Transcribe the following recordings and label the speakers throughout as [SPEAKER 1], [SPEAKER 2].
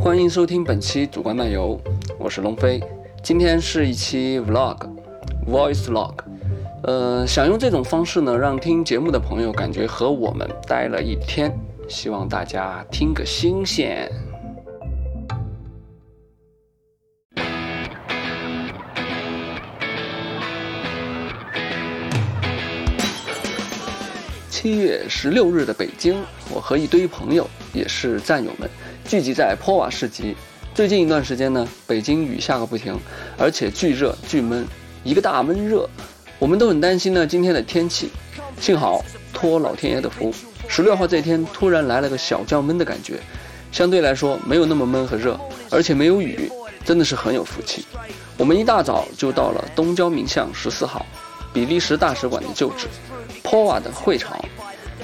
[SPEAKER 1] 欢迎收听本期主观漫游，我是龙飞。今天是一期 vlog，voice log。呃，想用这种方式呢，让听节目的朋友感觉和我们待了一天，希望大家听个新鲜。七月十六日的北京，我和一堆朋友，也是战友们，聚集在坡瓦市集。最近一段时间呢，北京雨下个不停，而且巨热巨闷，一个大闷热。我们都很担心呢今天的天气，幸好托老天爷的福，十六号这天突然来了个小降温的感觉，相对来说没有那么闷和热，而且没有雨，真的是很有福气。我们一大早就到了东交民巷十四号，比利时大使馆的旧址 POVA 的会场，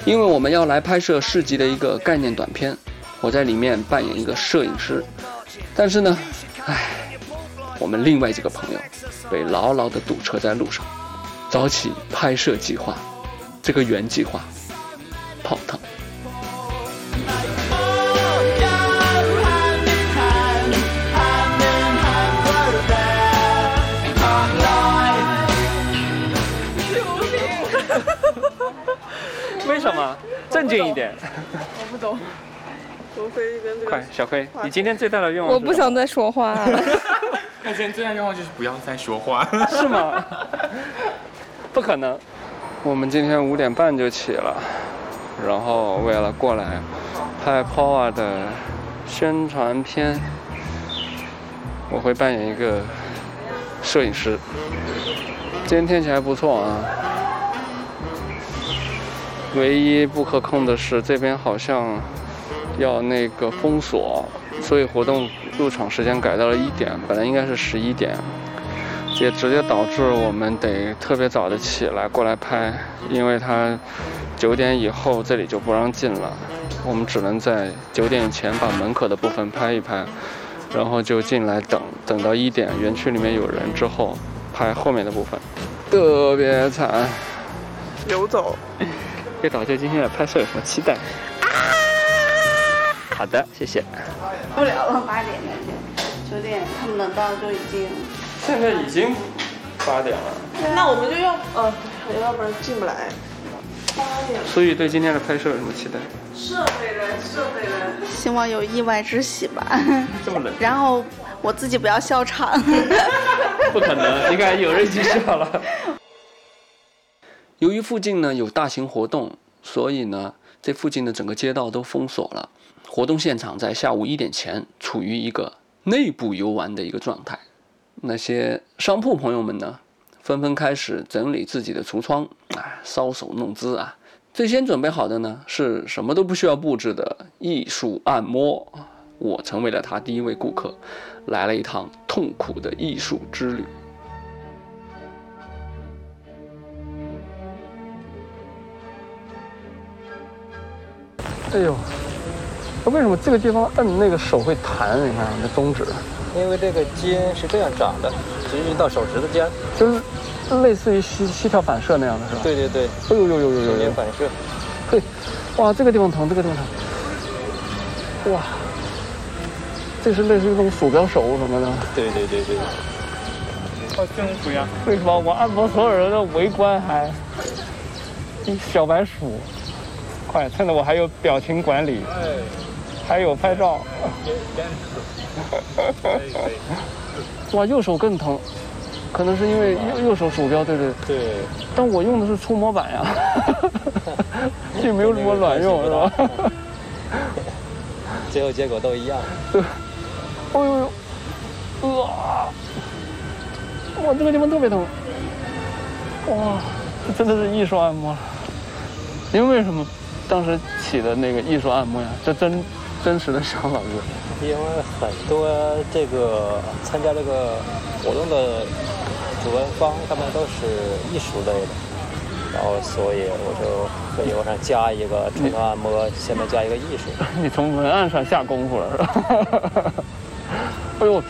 [SPEAKER 1] 因为我们要来拍摄市集的一个概念短片，我在里面扮演一个摄影师。但是呢，唉，我们另外几个朋友被牢牢地堵车在路上。早起拍摄计划，这个原计划泡汤。为什么？正经一点，
[SPEAKER 2] 我不懂，
[SPEAKER 3] 龙飞一边这
[SPEAKER 1] 快
[SPEAKER 3] 个，，
[SPEAKER 1] 小黑，你今天最大的愿望
[SPEAKER 2] 我
[SPEAKER 1] 是什么
[SPEAKER 2] 不想再说话了。
[SPEAKER 4] 那今天最大愿望就是不要再说 话。
[SPEAKER 1] 是吗？不可能。我们今天五点半就起了，然后为了过来拍 POWA 的宣传片，我会扮演一个摄影师。今天天气还不错啊，唯一不可控的是这边好像要那个封锁，所以活动入场时间改到了一点，本来应该是十一点，也直接导致我们得特别早的起来过来拍，因为它九点以后这里就不让进了，我们只能在九点以前把门口的部分拍一拍，然后就进来等，等到一点园区里面有人之后拍后面的部分，特别惨。
[SPEAKER 3] 游 走，
[SPEAKER 1] 对导对今天的拍摄有什么期待？好的，谢谢。
[SPEAKER 5] 不了了，八点那天，九点他们能到就已经。
[SPEAKER 1] 现在已经八点了，
[SPEAKER 3] 那我们就要呃，要不然进不来。
[SPEAKER 1] 所以对今天的拍摄有什么期待？
[SPEAKER 5] 希望有意外之喜吧。
[SPEAKER 1] 这么 冷，
[SPEAKER 5] 然后我自己不要笑场。
[SPEAKER 1] 不可能，你看有人已经笑了。由于附近呢有大型活动，所以呢这附近的整个街道都封锁了。活动现场在下午一点前处于一个内部游玩的一个状态。那些商铺朋友们呢，纷纷开始整理自己的橱窗，啊，搔首弄姿啊。最先准备好的呢是什么都不需要布置的艺术按摩，我成为了他第一位顾客，来了一趟痛苦的艺术之旅。哎呦，为什么这个地方摁那个手会弹？你看那中指，
[SPEAKER 6] 因为这个筋是这样长的，直直到手指头尖儿。
[SPEAKER 1] 就是类似于膝膝跳反射那样的是吧？
[SPEAKER 6] 对对对，
[SPEAKER 1] 哎呦呦呦呦
[SPEAKER 6] 有
[SPEAKER 1] 呦
[SPEAKER 6] 点
[SPEAKER 1] 呦！
[SPEAKER 6] 反射。
[SPEAKER 1] 嘿，哇，这个地方疼，这个地方疼。哇，这是类似于那种鼠标手什么的。
[SPEAKER 6] 对对对对，
[SPEAKER 4] 好幸福呀！
[SPEAKER 1] 为什么我按摩所有人的围观还一小白鼠？快，趁着我还有表情管理，还有拍照。哇，右手更疼，可能是因为右右手鼠标，对对。
[SPEAKER 6] 对，
[SPEAKER 1] 但我用的是触摸板呀，并没有什么卵用，是吧？
[SPEAKER 6] 最后结果都一样。
[SPEAKER 1] 哎呦呦，呃，哇，这个地方特别疼，哇，这真的是艺术按摩了。您为什么当时起的那个艺术按摩呀？这真真实的想法是？
[SPEAKER 6] 因为很多这个参加这个活动的主办方，他们都是艺术类的，然后所以我就可以往上加一个传统按摩，下面加一个艺术。
[SPEAKER 1] 你从文案上下功夫了，是吧？哎呦，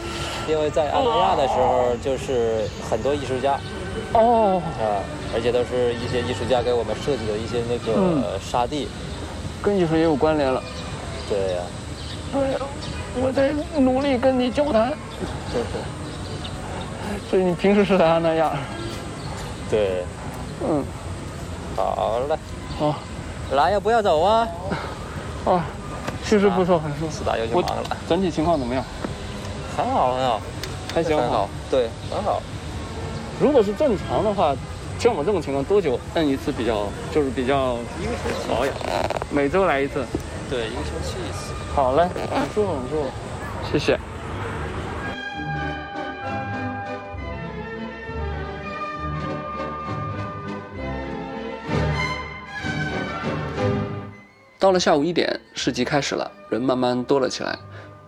[SPEAKER 6] 因为在安那亚的时候，就是很多艺术家，
[SPEAKER 1] 哦，
[SPEAKER 6] 啊，而且都是一些艺术家给我们设计的一些那个沙地，
[SPEAKER 1] 跟艺术也有关联了。
[SPEAKER 6] 对呀、
[SPEAKER 1] 哎呦我在努力跟你交谈，
[SPEAKER 6] 对
[SPEAKER 1] 所以你平时是他那样。
[SPEAKER 6] 对，
[SPEAKER 1] 嗯，
[SPEAKER 6] 好嘞，
[SPEAKER 1] 好，
[SPEAKER 6] 来呀，不要走啊！
[SPEAKER 1] 啊，确实不错，很舒服。
[SPEAKER 6] 四大又去
[SPEAKER 1] 我
[SPEAKER 6] 啊忙了，
[SPEAKER 1] 整体情况怎么样？
[SPEAKER 6] 很好很好，
[SPEAKER 1] 还行
[SPEAKER 6] 很好，对，很好。
[SPEAKER 1] 如果是正常的话，像我这种情况多久摁一次比较就是比较
[SPEAKER 6] 一个星期，
[SPEAKER 1] 保养？每周来一次。
[SPEAKER 6] 对，一个星期一次。
[SPEAKER 1] 好嘞，很舒服，很舒服，谢谢。到了下午一点，市集开始了，人慢慢多了起来。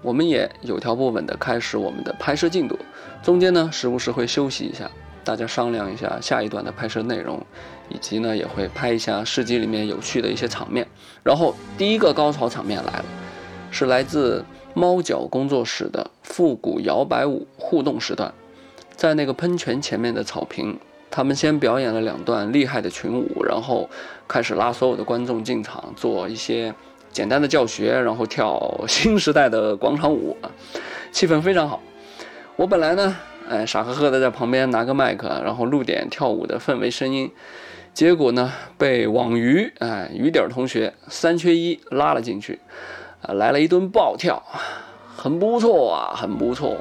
[SPEAKER 1] 我们也有条不紊地开始我们的拍摄进度，中间呢时不时会休息一下，大家商量一下下一段的拍摄内容，以及呢也会拍一下市集里面有趣的一些场面。然后第一个高潮场面来了，是来自猫脚工作室的复古摇摆舞互动时段，在那个喷泉前面的草坪，他们先表演了两段厉害的群舞，然后开始拉所有的观众进场做一些简单的教学，然后跳新时代的广场舞啊，气氛非常好。我本来呢，哎，傻呵呵的在旁边拿个麦克，然后录点跳舞的氛围声音，结果呢，被网鱼哎雨点儿同学三缺一拉了进去，啊，来了一顿暴跳，很不错啊，很不错。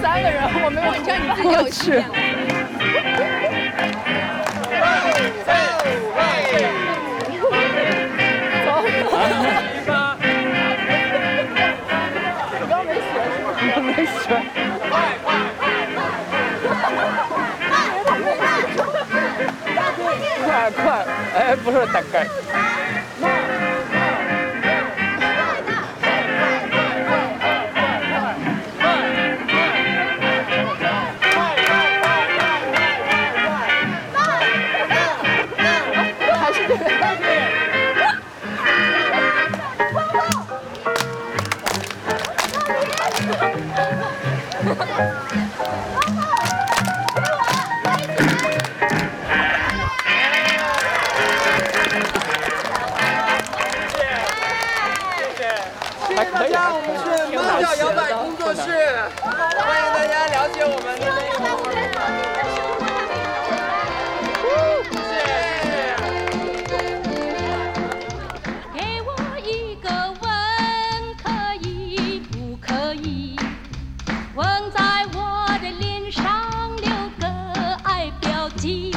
[SPEAKER 2] 三个人，我没有，你看你自己有去。
[SPEAKER 1] 快快，哎，不是大概。
[SPEAKER 3] 大家，我们是猫脚摇摆工作室，欢迎大家了解我们的内容。
[SPEAKER 7] 给我一个吻，可以不可以？吻在我的脸上留个爱标记。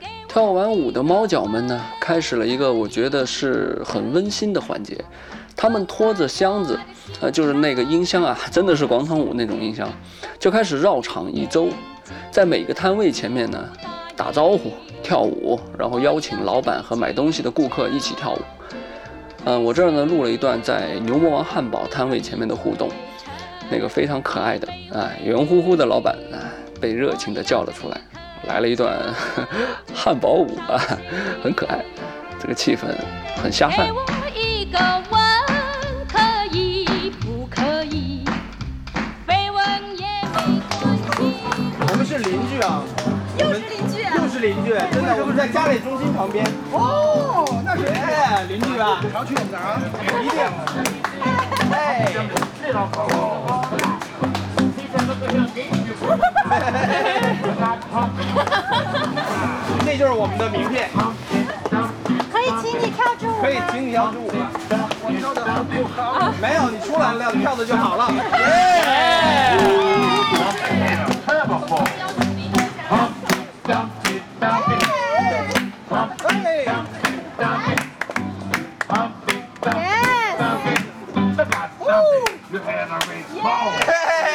[SPEAKER 7] 给我
[SPEAKER 1] 跳完舞的猫脚们呢，开始了一个我觉得是很温馨的环节。他们拖着箱子，呃，就是那个音箱啊， 真的是广场舞那种音箱，就开始绕场一周，在每个摊位前面呢打招呼、跳舞，然后邀请老板和买东西的顾客一起跳舞。嗯、我这儿呢录了一段在牛魔王汉堡摊位前面的互动，那个非常可爱的啊、圆乎乎的老板啊、被热情的叫了出来，来了一段 呵呵汉堡舞啊，很可爱，这个气氛很下饭
[SPEAKER 7] 给。我一个吻，可以不可以？绯闻也没关系。
[SPEAKER 8] 我们是邻居啊，又是邻居、啊，又是邻居，真的，我们在家里中心旁边。哦，那是哎，邻居吧？常去我们那儿啊，一定。哎，这老头。那就是我们的名片，可以请你跳支舞，可以请你跳支舞。我跳的不好，没有，你出来了跳的就好了。哎。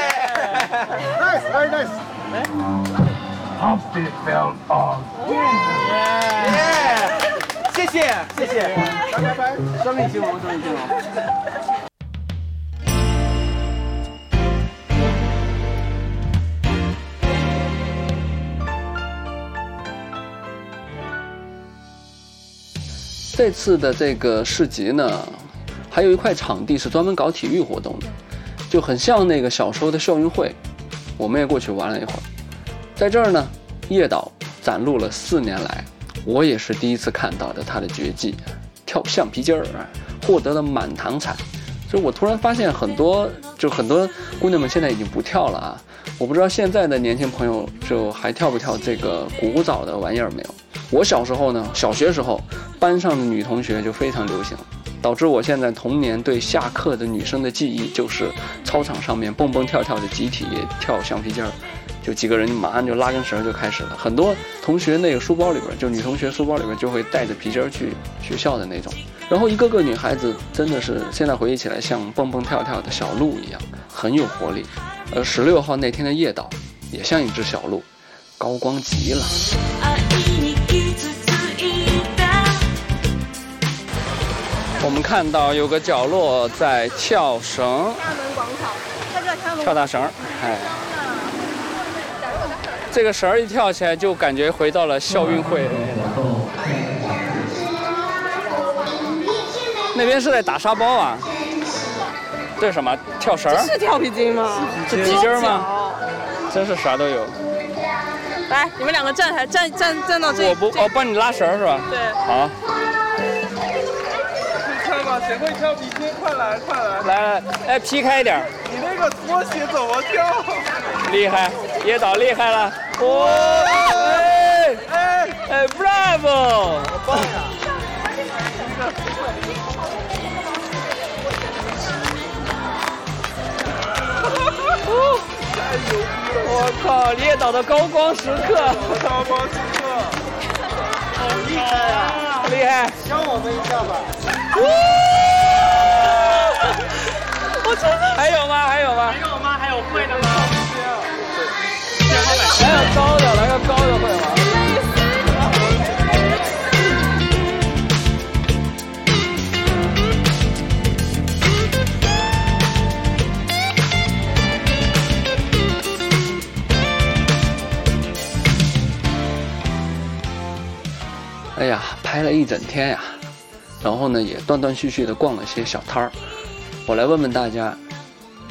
[SPEAKER 8] Nice, very nice. Yeah. 谢谢，谢谢，拜拜拜，生意兴隆，生意兴隆。
[SPEAKER 1] 这次的这个市集呢，还有一块场地是专门搞体育活动的，就很像那个小时候的校运会。我们也过去玩了一会儿，在这儿呢，叶导展露了四年来我也是第一次看到的他的绝技——跳橡皮筋儿，获得了满堂彩。就我突然发现，很多就很多姑娘们现在已经不跳了啊！我不知道现在的年轻朋友就还跳不跳这个古早的玩意儿没有？我小时候呢，小学时候班上的女同学就非常流行，导致我现在童年对下课的女生的记忆就是操场上面蹦蹦跳跳的集体跳橡皮筋儿，就几个人马上就拉根绳儿就开始了。很多同学那个书包里边儿，就女同学书包里边儿就会带着皮筋儿去学校的那种。然后一个个女孩子真的是现在回忆起来像蹦蹦跳跳的小鹿一样，很有活力。而十六号那天的夜岛也像一只小鹿，高光极了。我们看到有个角落在跳绳，
[SPEAKER 2] 天安门广场，它叫天安门
[SPEAKER 1] 跳大绳儿，哎，这个绳儿一跳起来就感觉回到了校运会。那边是在打沙包啊？这是什么？跳绳儿？
[SPEAKER 3] 是跳皮筋吗？
[SPEAKER 1] 是皮筋儿吗？真是啥都有。
[SPEAKER 3] 来，你们两个站台站站站到这，
[SPEAKER 1] 我不哦，帮你拉绳儿是吧？
[SPEAKER 3] 对，
[SPEAKER 1] 好，
[SPEAKER 4] 看吧，谁会跳皮筋？快来快来！
[SPEAKER 1] 来来，哎，劈开一点儿，
[SPEAKER 4] 你那个拖鞋怎么跳？
[SPEAKER 1] 厉害，叶导厉害了，哇、哎哎哎，bravo！我靠，叶导的高光时刻，
[SPEAKER 4] 高光时刻。
[SPEAKER 1] 厉害！还有吗？还有吗？还有吗？还有会的吗？来个高的，来个高的会吗？哎呀，拍了一整天呀，然后呢也断断续续的逛了些小摊儿。我来问问大家，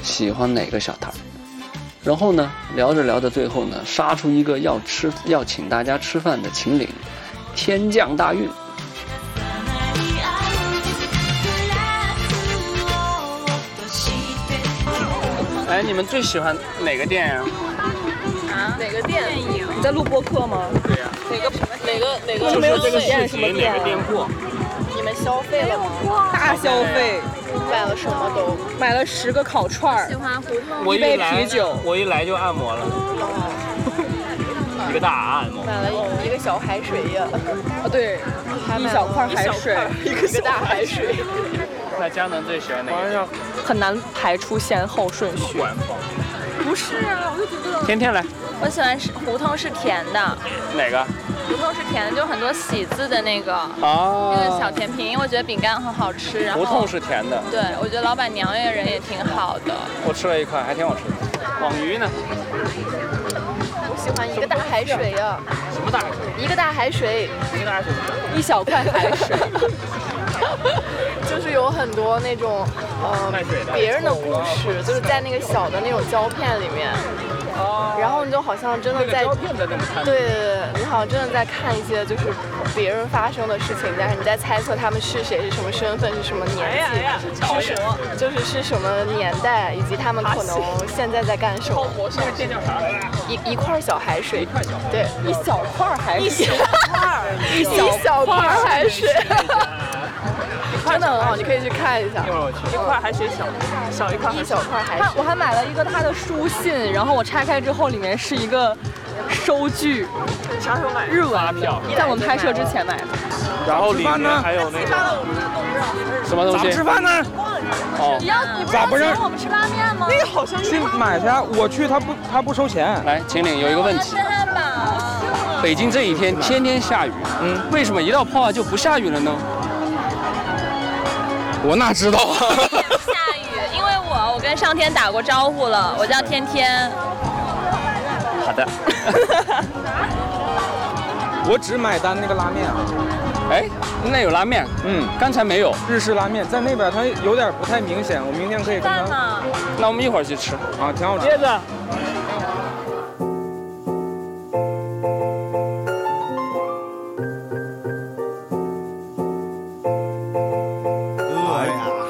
[SPEAKER 1] 喜欢哪个小摊儿？然后呢，聊着聊着，最后呢，杀出一个要吃要请大家吃饭的秦岭，天降大运。哎，你们最喜欢哪个店呀、
[SPEAKER 3] 哪个店？你在录播客吗？对呀。哪个哪个哪个？
[SPEAKER 4] 就是这个市集哪个店铺？
[SPEAKER 2] 你们消费了吗？
[SPEAKER 3] 大消费，
[SPEAKER 2] 买了什么都？
[SPEAKER 3] 买了十个烤串儿，
[SPEAKER 4] 我
[SPEAKER 3] 一杯啤酒，
[SPEAKER 4] 我一来就按摩了，一个大按摩。
[SPEAKER 2] 买了一个小海水呀，
[SPEAKER 3] 啊对，
[SPEAKER 2] 还
[SPEAKER 3] 一
[SPEAKER 2] 买
[SPEAKER 3] 小
[SPEAKER 2] 了
[SPEAKER 3] 块海水，
[SPEAKER 2] 一个大海水。
[SPEAKER 1] 那佳能最喜欢哪个店？
[SPEAKER 3] 很难排出先后顺序。
[SPEAKER 1] 天天来
[SPEAKER 9] 我喜欢是胡同是甜的，
[SPEAKER 1] 哪个？
[SPEAKER 9] 胡同是甜的，就很多喜字的那个，就是小
[SPEAKER 1] 啊，
[SPEAKER 9] 甜品，因为我觉得饼干很好吃。然后
[SPEAKER 1] 胡同是甜的，
[SPEAKER 9] 对，我觉得老板娘也人也挺好的。
[SPEAKER 1] 我吃了一块，还挺好吃的。网鱼呢？
[SPEAKER 2] 我喜欢一个大海水呀，
[SPEAKER 1] 什么大海？
[SPEAKER 2] 一个大海水，
[SPEAKER 3] 一小块海水，
[SPEAKER 2] 就是有很多那种呃别人的故事，就是在那个小的那种胶片里面，然后你就好像真的在
[SPEAKER 1] 在那么看。
[SPEAKER 2] 对对对，你好像真的在看一些就是别人发生的事情，但是你在猜测他们是谁、是什么身份、是什么年纪、是什么，就是是什么年代，以及他们可能现在在干什么。一一块小海水，对，
[SPEAKER 3] 一小块海水，
[SPEAKER 2] 一小块海水，真的很好，你可以去看一下。
[SPEAKER 3] 一块海水小，小一块
[SPEAKER 2] 一小块海
[SPEAKER 3] 他
[SPEAKER 2] 水
[SPEAKER 3] 我还买了一个他的书信，然后我拆开之后，里面是一个收据，啥时候买？日文发票，在我们拍摄之前买的。
[SPEAKER 4] 然后里面还有那个
[SPEAKER 1] 什么东西？
[SPEAKER 4] 饭呢？
[SPEAKER 1] 哦，
[SPEAKER 4] 咋不让
[SPEAKER 9] 我们吃拉面吗？
[SPEAKER 4] 去买去啊？我去，他不他不收钱。
[SPEAKER 1] 来，秦岭有一个问题。
[SPEAKER 9] 汉堡。
[SPEAKER 1] 北京这一天天天下雨，嗯，为什么一到傍晚就不下雨了呢？
[SPEAKER 4] 我哪知道啊？
[SPEAKER 9] 下雨，因为我我跟上天打过招呼了，我叫天天。
[SPEAKER 1] 好的。
[SPEAKER 10] 我只买单那个拉面啊。
[SPEAKER 11] 哎，那有拉面？
[SPEAKER 10] 嗯，
[SPEAKER 11] 刚才没有。
[SPEAKER 10] 日式拉面在那边，它有点不太明显。我明天可以跟他。
[SPEAKER 11] 那我们一会儿去吃
[SPEAKER 10] 啊，挺好吃。
[SPEAKER 11] 叶子，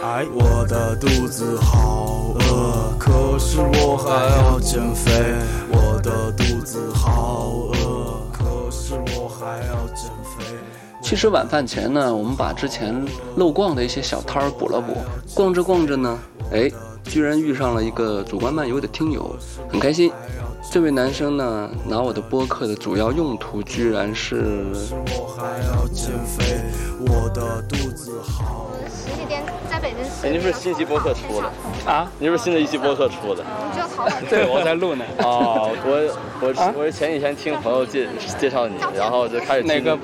[SPEAKER 12] 哎，我的肚子好饿，可是我还要减肥。我的肚子好饿，可是我还要减肥。
[SPEAKER 1] 其实晚饭前呢，我们把之前漏逛的一些小摊儿补了补。逛着逛着呢，哎，居然遇上了一个主观漫游的听友，很开心。这位男生呢，拿我的播客的主要用途居然是
[SPEAKER 12] 我还要减肥，我的肚子好。
[SPEAKER 13] 实体店在北京实体
[SPEAKER 6] 哎，你
[SPEAKER 13] 店
[SPEAKER 6] 是不是新一期播客出的
[SPEAKER 11] 啊？
[SPEAKER 6] 你是不是新的一期播客出的？
[SPEAKER 13] 你只有淘宝店
[SPEAKER 11] 对，我在录呢。
[SPEAKER 6] 哦，我我我是前几天听朋友介介绍你，然后就开始听
[SPEAKER 11] 哪个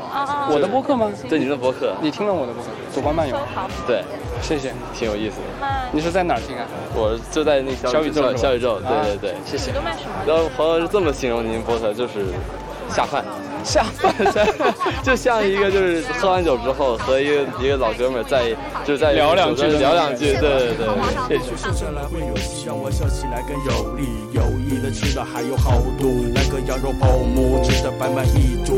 [SPEAKER 11] 我的播客吗？
[SPEAKER 6] 对，你的播客，
[SPEAKER 11] 你听了我的播客《主观漫游》？
[SPEAKER 6] 对，
[SPEAKER 11] 谢谢。
[SPEAKER 6] 挺有意思的。
[SPEAKER 11] 你是在哪儿听啊？
[SPEAKER 6] 我就在那个
[SPEAKER 11] 小宇宙是吧
[SPEAKER 6] 小宇宙，
[SPEAKER 11] 啊
[SPEAKER 6] 对对对，谢谢
[SPEAKER 11] 你都卖
[SPEAKER 7] 什
[SPEAKER 11] 么？
[SPEAKER 6] 然后朋友是这么形容您播客，就是下饭。下饭， 就像一个就是喝完酒之后和一个一个老哥们儿在就在
[SPEAKER 11] 聊两句
[SPEAKER 6] 酒桌聊两句，对对对，
[SPEAKER 12] 也许瘦下来会有戏，让我笑起来更有力。有意的吃的还有好多，来个羊肉泡馍，吃的摆满一桌。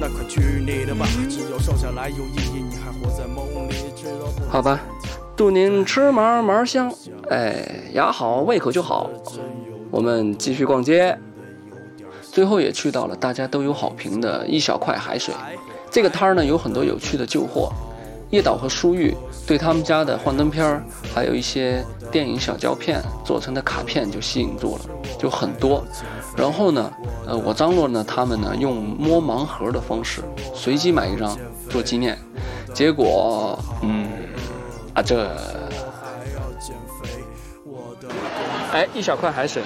[SPEAKER 12] 那快去你的吧，只有瘦下来有意义，你还活在梦里，知道不？
[SPEAKER 1] 好吧，祝您吃嘛嘛香，哎，牙好胃口就好。我们继续逛街，最后也去到了大家都有好评的一小块海水。这个摊儿呢有很多有趣的旧货，叶导和舒玉对他们家的幻灯片儿，还有一些电影小胶片做成的卡片就吸引住了，就很多。然后呢，呃，我张罗呢他们呢用摸盲盒的方式随机买一张做纪念，结果嗯啊这
[SPEAKER 11] 哎，一小块海水，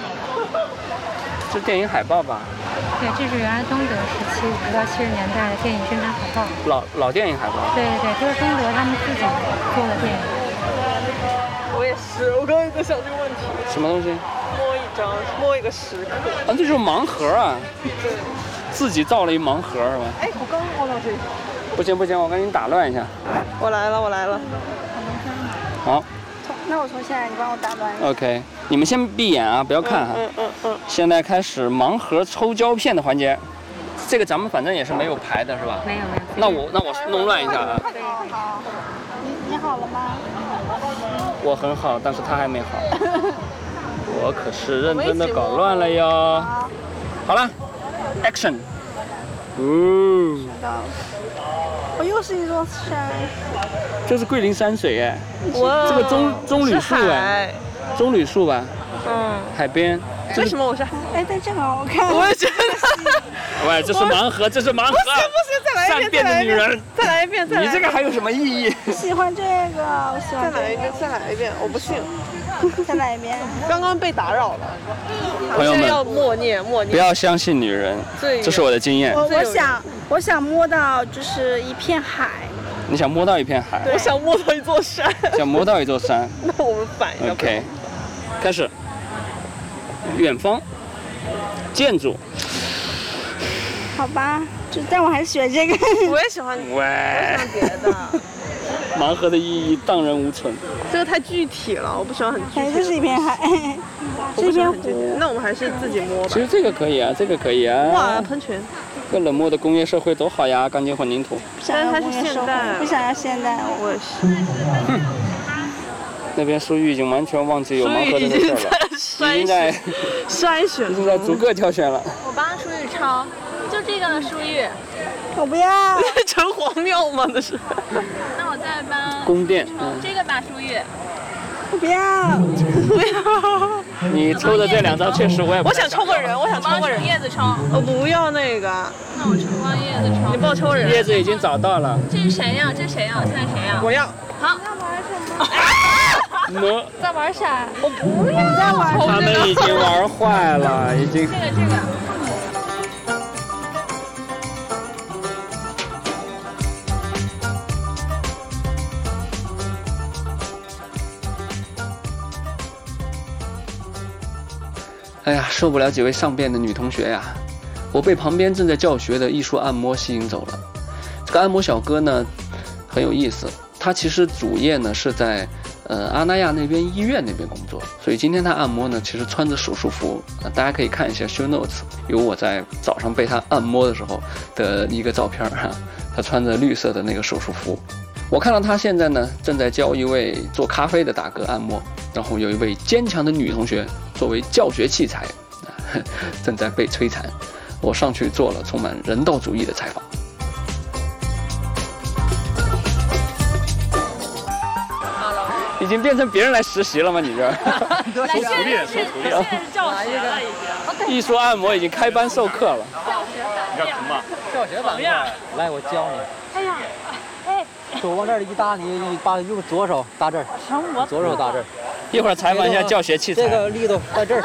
[SPEAKER 11] 这电影海报吧，
[SPEAKER 14] 对，这是原来东德时期五到七十年代的电影宣传海报。
[SPEAKER 11] 老老电影海报。
[SPEAKER 14] 对对对，都是东德他们自己做的电影。
[SPEAKER 5] 我也是，我刚才在想这个问题。
[SPEAKER 11] 什么东西？
[SPEAKER 5] 摸一张，摸一个时刻。
[SPEAKER 11] 啊，这就是盲盒啊，自己造了一盲盒是吧？
[SPEAKER 5] 哎，我刚摸到这个。
[SPEAKER 11] 不行不行，我赶紧打乱一下。
[SPEAKER 5] 我来了，我来了。
[SPEAKER 11] 好
[SPEAKER 15] 那我从现在你帮我打乱一下。
[SPEAKER 11] ，OK，你们先闭眼啊，不要看哈。
[SPEAKER 15] 嗯嗯嗯。
[SPEAKER 11] 现在开始盲盒抽胶片的环节，这个咱们反正也是没有排的是吧？
[SPEAKER 14] 没有没有。
[SPEAKER 11] 那我那我弄乱一下啊，
[SPEAKER 15] 快点快点好，你你好了吗？
[SPEAKER 11] 我很好，但是 他还没好，我可是认真的搞乱了哟。好了，Action！哦，
[SPEAKER 15] 嗯我又是一座山。
[SPEAKER 11] 这是桂林山水哎，
[SPEAKER 5] 哇
[SPEAKER 11] 这个棕 棕榈树
[SPEAKER 5] 是
[SPEAKER 11] 哎
[SPEAKER 5] 海，
[SPEAKER 11] 棕榈树吧，
[SPEAKER 5] 嗯。
[SPEAKER 11] 海边。这
[SPEAKER 5] 为
[SPEAKER 11] 是
[SPEAKER 5] 什么我是？
[SPEAKER 15] 哎，但这好好看。
[SPEAKER 5] 啊我也觉得。
[SPEAKER 11] 喂，这是盲盒，这是盲盒。
[SPEAKER 5] 不行不行，再来一
[SPEAKER 11] 善变
[SPEAKER 5] 遍，
[SPEAKER 11] 的
[SPEAKER 5] 再来一
[SPEAKER 11] 女人
[SPEAKER 5] 遍，再来一遍，再来一遍。
[SPEAKER 11] 你这个还有什么意义？
[SPEAKER 15] 喜欢这个，我喜欢。
[SPEAKER 5] 再来一遍，再来一遍，我不信。
[SPEAKER 15] 再来一遍。
[SPEAKER 5] 刚刚被打扰了。
[SPEAKER 11] 朋友们
[SPEAKER 5] 我现在要默念默念。
[SPEAKER 11] 不要相信女人，
[SPEAKER 5] 对
[SPEAKER 11] 这是我的经验。
[SPEAKER 15] 我我想我想摸到就是一片海。
[SPEAKER 11] 你想摸到一片海，
[SPEAKER 5] 我想摸到一座 山。
[SPEAKER 11] 想摸到一 座山。
[SPEAKER 5] 那我们反一个。
[SPEAKER 11] OK，开始。远方，建筑。
[SPEAKER 15] 好吧，就但我还是选这个。
[SPEAKER 5] 我也喜欢。
[SPEAKER 11] 喂，盲盒的意义荡然无存。
[SPEAKER 5] 这个太具体了，我不喜欢很具体。
[SPEAKER 15] 哎，这是一片海，
[SPEAKER 5] 我不喜欢很具体。那我们还是自己摸吧
[SPEAKER 11] 其。实这个可以啊，这个可以
[SPEAKER 5] 哇，
[SPEAKER 11] 啊。
[SPEAKER 5] 喷泉！
[SPEAKER 11] 个冷漠的工业社会多好呀，钢筋混凝土。
[SPEAKER 15] 不想要工业社会，不想要现代。
[SPEAKER 5] 我
[SPEAKER 11] 那边苏玉已经完全忘记有盲盒这
[SPEAKER 5] 已
[SPEAKER 11] 个事
[SPEAKER 5] 经
[SPEAKER 11] 儿
[SPEAKER 5] 在
[SPEAKER 11] 了，已
[SPEAKER 5] 筛
[SPEAKER 11] 经在
[SPEAKER 5] 选，筛选，
[SPEAKER 11] 已经在逐个挑选了。
[SPEAKER 7] 我帮舒玉抄，就这个舒玉。
[SPEAKER 15] 我不要。
[SPEAKER 5] 成黄庙吗？这是。
[SPEAKER 7] 那我再帮
[SPEAKER 11] 宫殿
[SPEAKER 7] 抄
[SPEAKER 11] 嗯
[SPEAKER 7] 这个吧，舒玉。
[SPEAKER 15] 我不要，
[SPEAKER 5] 不要。
[SPEAKER 11] 你抽的这两张确实我也不
[SPEAKER 5] 我
[SPEAKER 11] 太
[SPEAKER 5] 想抽个人，我想抽个人。
[SPEAKER 7] 叶子抽。
[SPEAKER 5] 我不要那个。
[SPEAKER 7] 那我抽帮叶子抽。
[SPEAKER 5] 你帮我抽人。
[SPEAKER 11] 叶子已经找到了。
[SPEAKER 7] 这是谁呀？这是谁呀？现在谁呀？
[SPEAKER 5] 我要。
[SPEAKER 7] 好。
[SPEAKER 11] 呢，
[SPEAKER 7] 在玩啥？
[SPEAKER 15] 我不要。在玩
[SPEAKER 11] 他们已经玩坏了，已经。
[SPEAKER 7] 这个这个。
[SPEAKER 1] 哎呀，受不了几位上变的女同学呀！我被旁边正在教学的艺术按摩吸引走了。这个按摩小哥呢，很有意思。他其实主业呢是在呃阿那亚那边医院那边工作，所以今天他按摩呢，其实穿着手术服。呃大家可以看一下 show notes，有我在早上被他按摩的时候的一个照片儿哈、他穿着绿色的那个手术服。我看到他现在呢，正在教一位做咖啡的大哥按摩，然后有一位坚强的女同学作为教学器材， 正在被摧残。我上去做了充满人道主义的采访。
[SPEAKER 11] 已经变成别人来实习了吗？你这
[SPEAKER 9] 来，现在
[SPEAKER 11] 练
[SPEAKER 9] 是
[SPEAKER 11] 收徒弟
[SPEAKER 9] 现在是教学了，已经。
[SPEAKER 11] 艺术按摩已经开班授课了。
[SPEAKER 9] 教学版面。
[SPEAKER 11] 嘛？
[SPEAKER 9] 教学版面。
[SPEAKER 6] 来，我教你，
[SPEAKER 9] 哎呀，哎，
[SPEAKER 6] 手往这儿一搭，你你把用左手搭这儿，
[SPEAKER 9] 成我
[SPEAKER 6] 左手搭这儿。
[SPEAKER 11] 一会儿采访一下教学器材
[SPEAKER 6] 这个力度在这儿，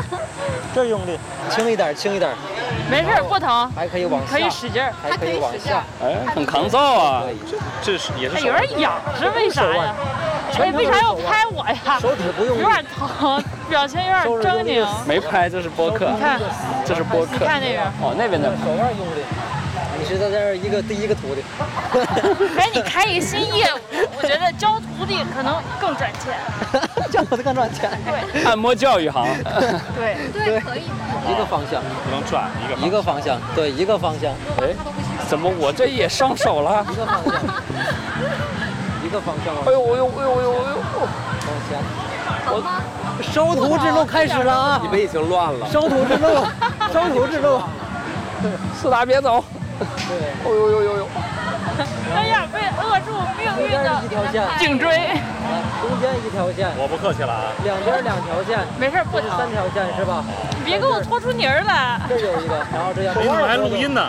[SPEAKER 6] 这儿用力，轻一点，轻一点，
[SPEAKER 9] 没事，不疼。
[SPEAKER 6] 还可以往下，
[SPEAKER 9] 可以使劲儿，
[SPEAKER 6] 还可以往下，
[SPEAKER 11] 哎，很抗造啊，这是也
[SPEAKER 9] 哎，有点痒，是为啥呀？哎，为啥要拍我呀？手指不用有点疼，表情有点狰狞。
[SPEAKER 11] 没拍，这是播客。
[SPEAKER 9] 你看，
[SPEAKER 11] 这是播客。
[SPEAKER 9] 你看那边
[SPEAKER 11] 哦，那边的。
[SPEAKER 6] 手腕用力。你是在这儿一个第一个徒弟，
[SPEAKER 9] 哎，你开一个新业务，我觉得教徒弟可能更赚钱。
[SPEAKER 6] 教徒弟更赚钱。
[SPEAKER 11] 按摩教育行。
[SPEAKER 9] 对
[SPEAKER 6] 对，可以一个方向，
[SPEAKER 11] 不能转一个。
[SPEAKER 6] 一个方向，对，一个方向。
[SPEAKER 11] 哎，怎么我这也上手了？
[SPEAKER 6] 一个方向，一个方向。
[SPEAKER 11] 哎呦，哎呦，哎呦，哎呦，哎呦！
[SPEAKER 6] 往前。我收徒之路开始了啊！
[SPEAKER 16] 你们已经乱了。
[SPEAKER 6] 收徒之 路，收徒之路。
[SPEAKER 11] 四大别走。
[SPEAKER 6] 对，
[SPEAKER 11] 哦呦呦呦呦！
[SPEAKER 9] 哎呀，被扼住命运的颈椎。
[SPEAKER 6] 中间一条线，
[SPEAKER 17] 我不客气了啊。
[SPEAKER 6] 两边两条线，
[SPEAKER 9] 没事，不疼。
[SPEAKER 6] 三条线是吧？
[SPEAKER 9] 你别给我拖出泥儿来。
[SPEAKER 6] 这有一个，然后这样。
[SPEAKER 17] 你们还录音呢？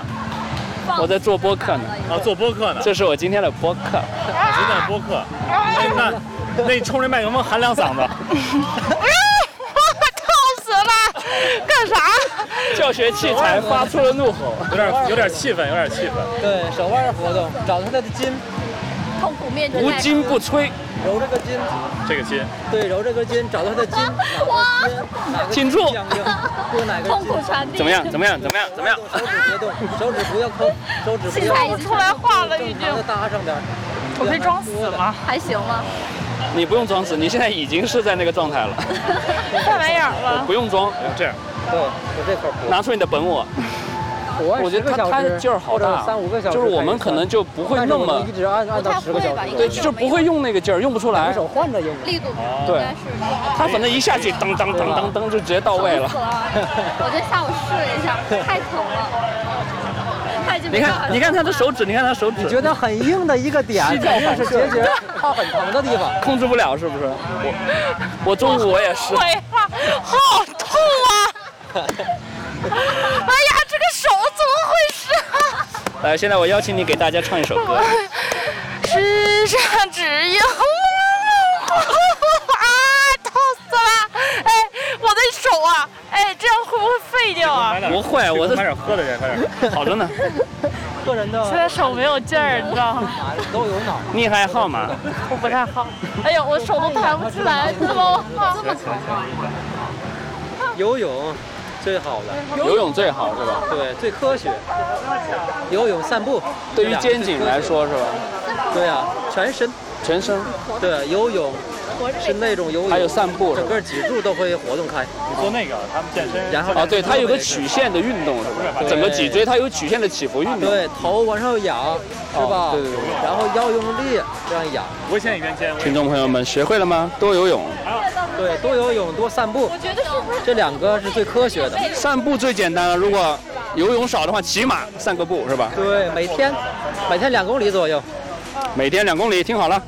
[SPEAKER 11] 我在做播客呢。
[SPEAKER 17] 啊，做播客呢。
[SPEAKER 11] 这是我今天的播客。
[SPEAKER 17] 谁在播客？哎那那你冲着麦克风喊两嗓子。
[SPEAKER 9] 哎痛死了！干啥？
[SPEAKER 11] 教学器材发出了怒吼，
[SPEAKER 17] 有点有点气愤，有点气愤。
[SPEAKER 6] 对手腕活动，找到他的筋，
[SPEAKER 9] 痛苦面
[SPEAKER 11] 无筋不摧。
[SPEAKER 6] 揉这个筋，
[SPEAKER 17] 这个筋。
[SPEAKER 6] 对，揉这个筋，找到他的筋，
[SPEAKER 9] 哇！
[SPEAKER 6] 哪个
[SPEAKER 11] 挺
[SPEAKER 6] 筋
[SPEAKER 11] 住
[SPEAKER 6] 僵硬，过哪个筋。
[SPEAKER 9] 传
[SPEAKER 11] 怎么样？怎么样？怎么样？怎么样？
[SPEAKER 6] 手指别动，手指不要抠，手指不
[SPEAKER 9] 现
[SPEAKER 6] 要
[SPEAKER 9] 在已经出来话了，已经。
[SPEAKER 6] 让它搭上点儿。
[SPEAKER 9] 我可以装死吗？还行吗？
[SPEAKER 11] 你不用装死，你现在已经是在那个状态了，
[SPEAKER 9] 太玩意儿了。
[SPEAKER 11] 不用装。
[SPEAKER 17] 哎这样，
[SPEAKER 6] 对，我这块儿
[SPEAKER 11] 拿出你的本我。
[SPEAKER 6] 我
[SPEAKER 11] 我觉得他他的劲儿好大，啊
[SPEAKER 6] 三五个小时
[SPEAKER 11] 就
[SPEAKER 6] 可以
[SPEAKER 11] 是我
[SPEAKER 6] 算，
[SPEAKER 11] 们可能就不会
[SPEAKER 6] 但是
[SPEAKER 11] 那
[SPEAKER 6] 我们
[SPEAKER 11] 么
[SPEAKER 6] 一直按按到十个小时，
[SPEAKER 11] 对，就不会用那个劲儿，用不出来。
[SPEAKER 6] 手换着用。
[SPEAKER 18] 力度
[SPEAKER 11] 对
[SPEAKER 18] 应该是，
[SPEAKER 11] 他反正一下去，噔噔噔噔噔就直接到位
[SPEAKER 6] 啊
[SPEAKER 18] 死
[SPEAKER 11] 了。
[SPEAKER 18] 了。 我就下午试了一下，太疼了。他已经
[SPEAKER 11] 你看，你看他的手指，你看他手指，
[SPEAKER 6] 你觉得很硬的一个点，
[SPEAKER 11] 膝盖
[SPEAKER 6] 肯定
[SPEAKER 11] 反
[SPEAKER 6] 是
[SPEAKER 11] 射
[SPEAKER 6] 解决他很疼的地方。
[SPEAKER 11] 控制不了，是不是？我我中午我也是，
[SPEAKER 9] 哎呀，好痛啊！哎呀，这个手怎
[SPEAKER 11] 来，现在我邀请你给大家唱一首
[SPEAKER 9] 么
[SPEAKER 11] 歌
[SPEAKER 9] 回。事？世上只有我啊！痛死了！哎，我的手啊！哎，这样会不会废掉啊？
[SPEAKER 11] 不会，我
[SPEAKER 17] 买点
[SPEAKER 11] 的
[SPEAKER 17] 喝的去，快点。
[SPEAKER 11] 好着呢。
[SPEAKER 6] 个人
[SPEAKER 9] 现在手没有劲儿，你知道吗？
[SPEAKER 6] 都有脑。
[SPEAKER 11] 你还好吗？
[SPEAKER 9] 我不太好。哎呀，我手都抬不起来，你怎么好？
[SPEAKER 6] 游泳最好了，
[SPEAKER 11] 游泳最好是吧？
[SPEAKER 6] 对，最科学。游泳、散步，
[SPEAKER 12] 啊
[SPEAKER 11] 对于肩颈来说是吧？
[SPEAKER 6] 对啊，全身，
[SPEAKER 11] 全身。
[SPEAKER 6] 对，游泳是那种游泳，
[SPEAKER 11] 还有散步是吧
[SPEAKER 6] 整个脊柱都会活动开。
[SPEAKER 17] 你做那个，他们健身。
[SPEAKER 6] 然后
[SPEAKER 11] 啊，对，它有个曲线的运动是吧？
[SPEAKER 6] 对
[SPEAKER 11] 整个脊椎它有曲线的起伏运动。
[SPEAKER 6] 对，头往上仰，是
[SPEAKER 11] 哦
[SPEAKER 6] 吧？
[SPEAKER 11] 对对对对
[SPEAKER 6] 然后腰用力，这样仰。
[SPEAKER 17] 我以前也原先。
[SPEAKER 11] 听众朋友们，学会了吗？多游泳，
[SPEAKER 6] 对，多游泳，多散步，
[SPEAKER 9] 觉得是不是
[SPEAKER 6] 这两个是最科学的。
[SPEAKER 11] 散步最简单了。如果游泳少的话，起码散个步是吧？
[SPEAKER 6] 对，每天每天两公里左右，
[SPEAKER 11] 每天两公里，听好了，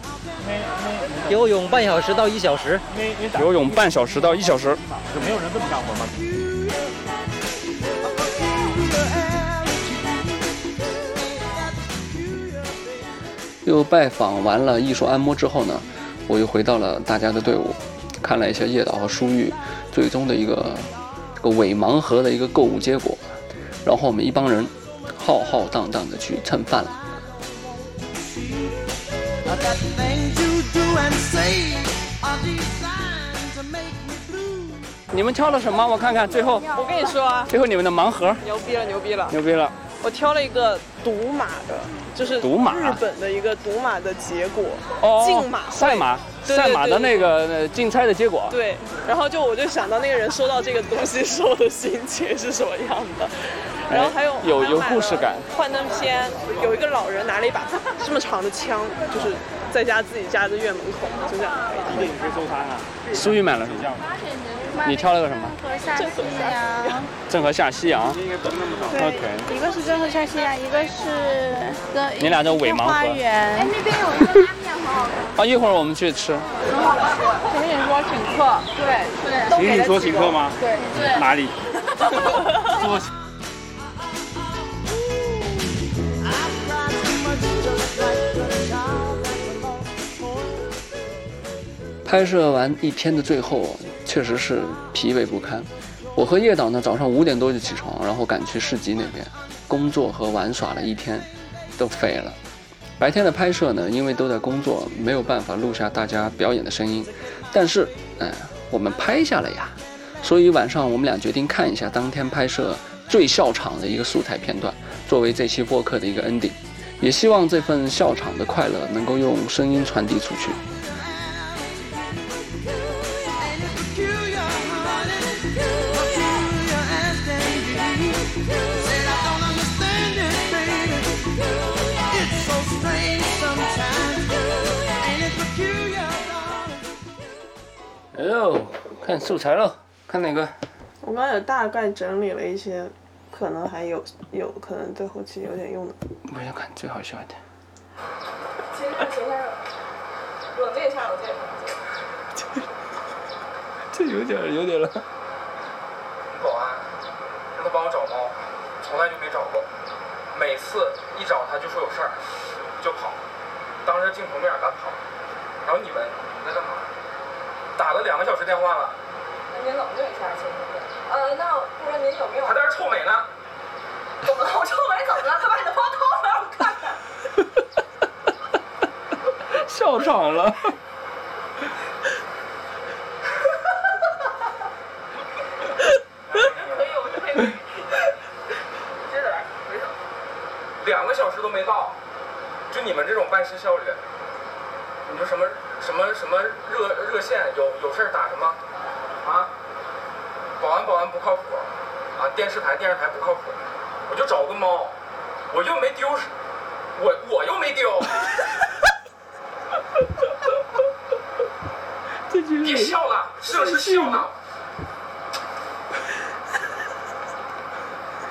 [SPEAKER 6] 游泳半小时到一小时。
[SPEAKER 11] 游泳半小时到一小时。
[SPEAKER 17] 就没有人这么干活吗？
[SPEAKER 1] 又拜访完了艺术按摩之后呢，我又回到了大家的队伍，看了一下叶导和舒玉最终的一个这个伪盲盒的一个购物结果，然后我们一帮人浩浩荡荡的去蹭饭了。
[SPEAKER 11] 你们挑了什么？我看看最后
[SPEAKER 12] 我跟你说啊，
[SPEAKER 11] 最后你们的盲盒，
[SPEAKER 12] 牛逼了，牛逼了，
[SPEAKER 11] 牛逼了！
[SPEAKER 12] 我挑了一个独马的，就是
[SPEAKER 11] 独马
[SPEAKER 12] 日本的一个独马的结果，
[SPEAKER 11] 哦，
[SPEAKER 12] 竞马
[SPEAKER 11] 赛马
[SPEAKER 12] 对对
[SPEAKER 11] 赛马的那个呃竞猜的结果，
[SPEAKER 12] 对，然后就我就想到那个人收到这个东西时候的心情是什么样的，然后还有
[SPEAKER 11] 哎有
[SPEAKER 12] 还
[SPEAKER 11] 有
[SPEAKER 12] 买了
[SPEAKER 11] 故事感
[SPEAKER 12] 幻灯片有一个老人拿了一把 这么长的枪，就是在家自己家的院门口，就这样。
[SPEAKER 17] 一定你会收摊啊。
[SPEAKER 11] 苏玉买了什么？你挑了个什么？
[SPEAKER 18] 和沙西呀，
[SPEAKER 11] 郑和下啊西洋。
[SPEAKER 18] 对
[SPEAKER 11] OK，
[SPEAKER 18] 一个是郑和下西洋，一个是个
[SPEAKER 11] 你俩这伪盲盒
[SPEAKER 18] 花园。哎，那边有一个拉面很好吃。
[SPEAKER 11] 啊，一会儿我们去吃。
[SPEAKER 12] 很好吃，
[SPEAKER 3] 我跟你说请客，
[SPEAKER 12] 对对
[SPEAKER 17] 都给了请你说请客吗
[SPEAKER 12] 对
[SPEAKER 17] 对哪里？
[SPEAKER 11] 坐
[SPEAKER 1] 拍摄完一天的最后，确实是疲惫不堪。我和叶导呢，早上五点多就起床，然后赶去市集那边，工作和玩耍了一天，都废了。白天的拍摄呢，因为都在工作，没有办法录下大家表演的声音，但是，嗯、我们拍下了呀。所以晚上我们俩决定看一下当天拍摄最笑场的一个素材片段，作为这期播客的一个 ending。也希望这份笑场的快乐能够用声音传递出去。哎呦，看素材喽，看哪个？
[SPEAKER 12] 我刚才有大概整理了一些，可能还有有可能对后期有点用的。
[SPEAKER 1] 我要看最好笑的。
[SPEAKER 12] 其实前天我那下我这
[SPEAKER 1] 这有点儿有点儿了。
[SPEAKER 10] 保安，让他帮我找猫，从来就没找过。每次一找他就说有事儿，就跑。当时镜头面赶跑。然后你们你在干嘛？打了两个小时电话了，
[SPEAKER 12] 您冷静一下，先生。呃，那不知道您有没有？
[SPEAKER 10] 还在这儿臭美呢。
[SPEAKER 12] 怎么了？我臭美怎么了？快把你的包掏出来，我看看。
[SPEAKER 11] 笑场了。
[SPEAKER 10] 两个小时都没到，就你们这种办事效率，你说什么什么什么热热线有有事儿打什么啊？保安保安不靠谱啊，电视台电视台不靠谱，我就找个猫，我又没丢失，我我又没丢，
[SPEAKER 1] 这句
[SPEAKER 10] 别笑了，摄影师笑了。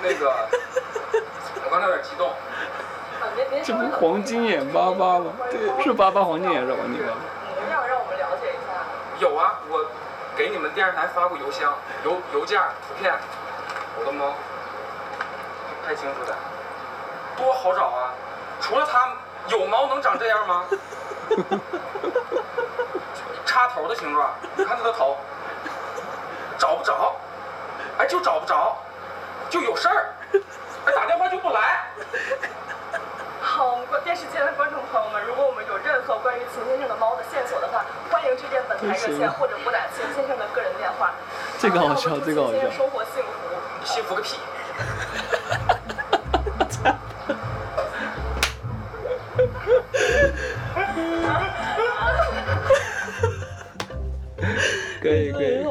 [SPEAKER 10] 那个，我刚才有点激动。
[SPEAKER 11] 这不黄金眼巴巴吗？对，是巴巴黄金眼是吧？你们
[SPEAKER 10] 们要让我们了解一下？有啊，我给你们电视台发过邮箱、邮邮件、图片，我的猫，拍清楚的，多好找啊！除了它，有猫能长这样吗？ 插头的形状，你看它的头，找不着，哎，就找不着，就有事儿，哎，打电话就不来。
[SPEAKER 12] 好，我们观电视机前的观众朋友们，如果我们有任何关于秦先生的猫的线索的话，欢迎致电本台热线或者拨打秦先生的个人电话。啊
[SPEAKER 11] 这个好笑，这个好
[SPEAKER 12] 秦先生
[SPEAKER 11] 笑。
[SPEAKER 12] 生活幸福，
[SPEAKER 10] 幸福个屁！
[SPEAKER 1] 可以可以。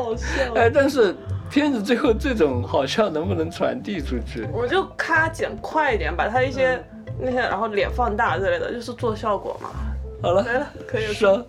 [SPEAKER 1] 哎，但是片子最后这种好笑能不能传递出去？
[SPEAKER 12] 我就咔剪快一点，把他一些那些，然后脸放大之类的，就是做效果嘛。
[SPEAKER 1] 好了，
[SPEAKER 11] 啊
[SPEAKER 12] 没了，可以了
[SPEAKER 1] 说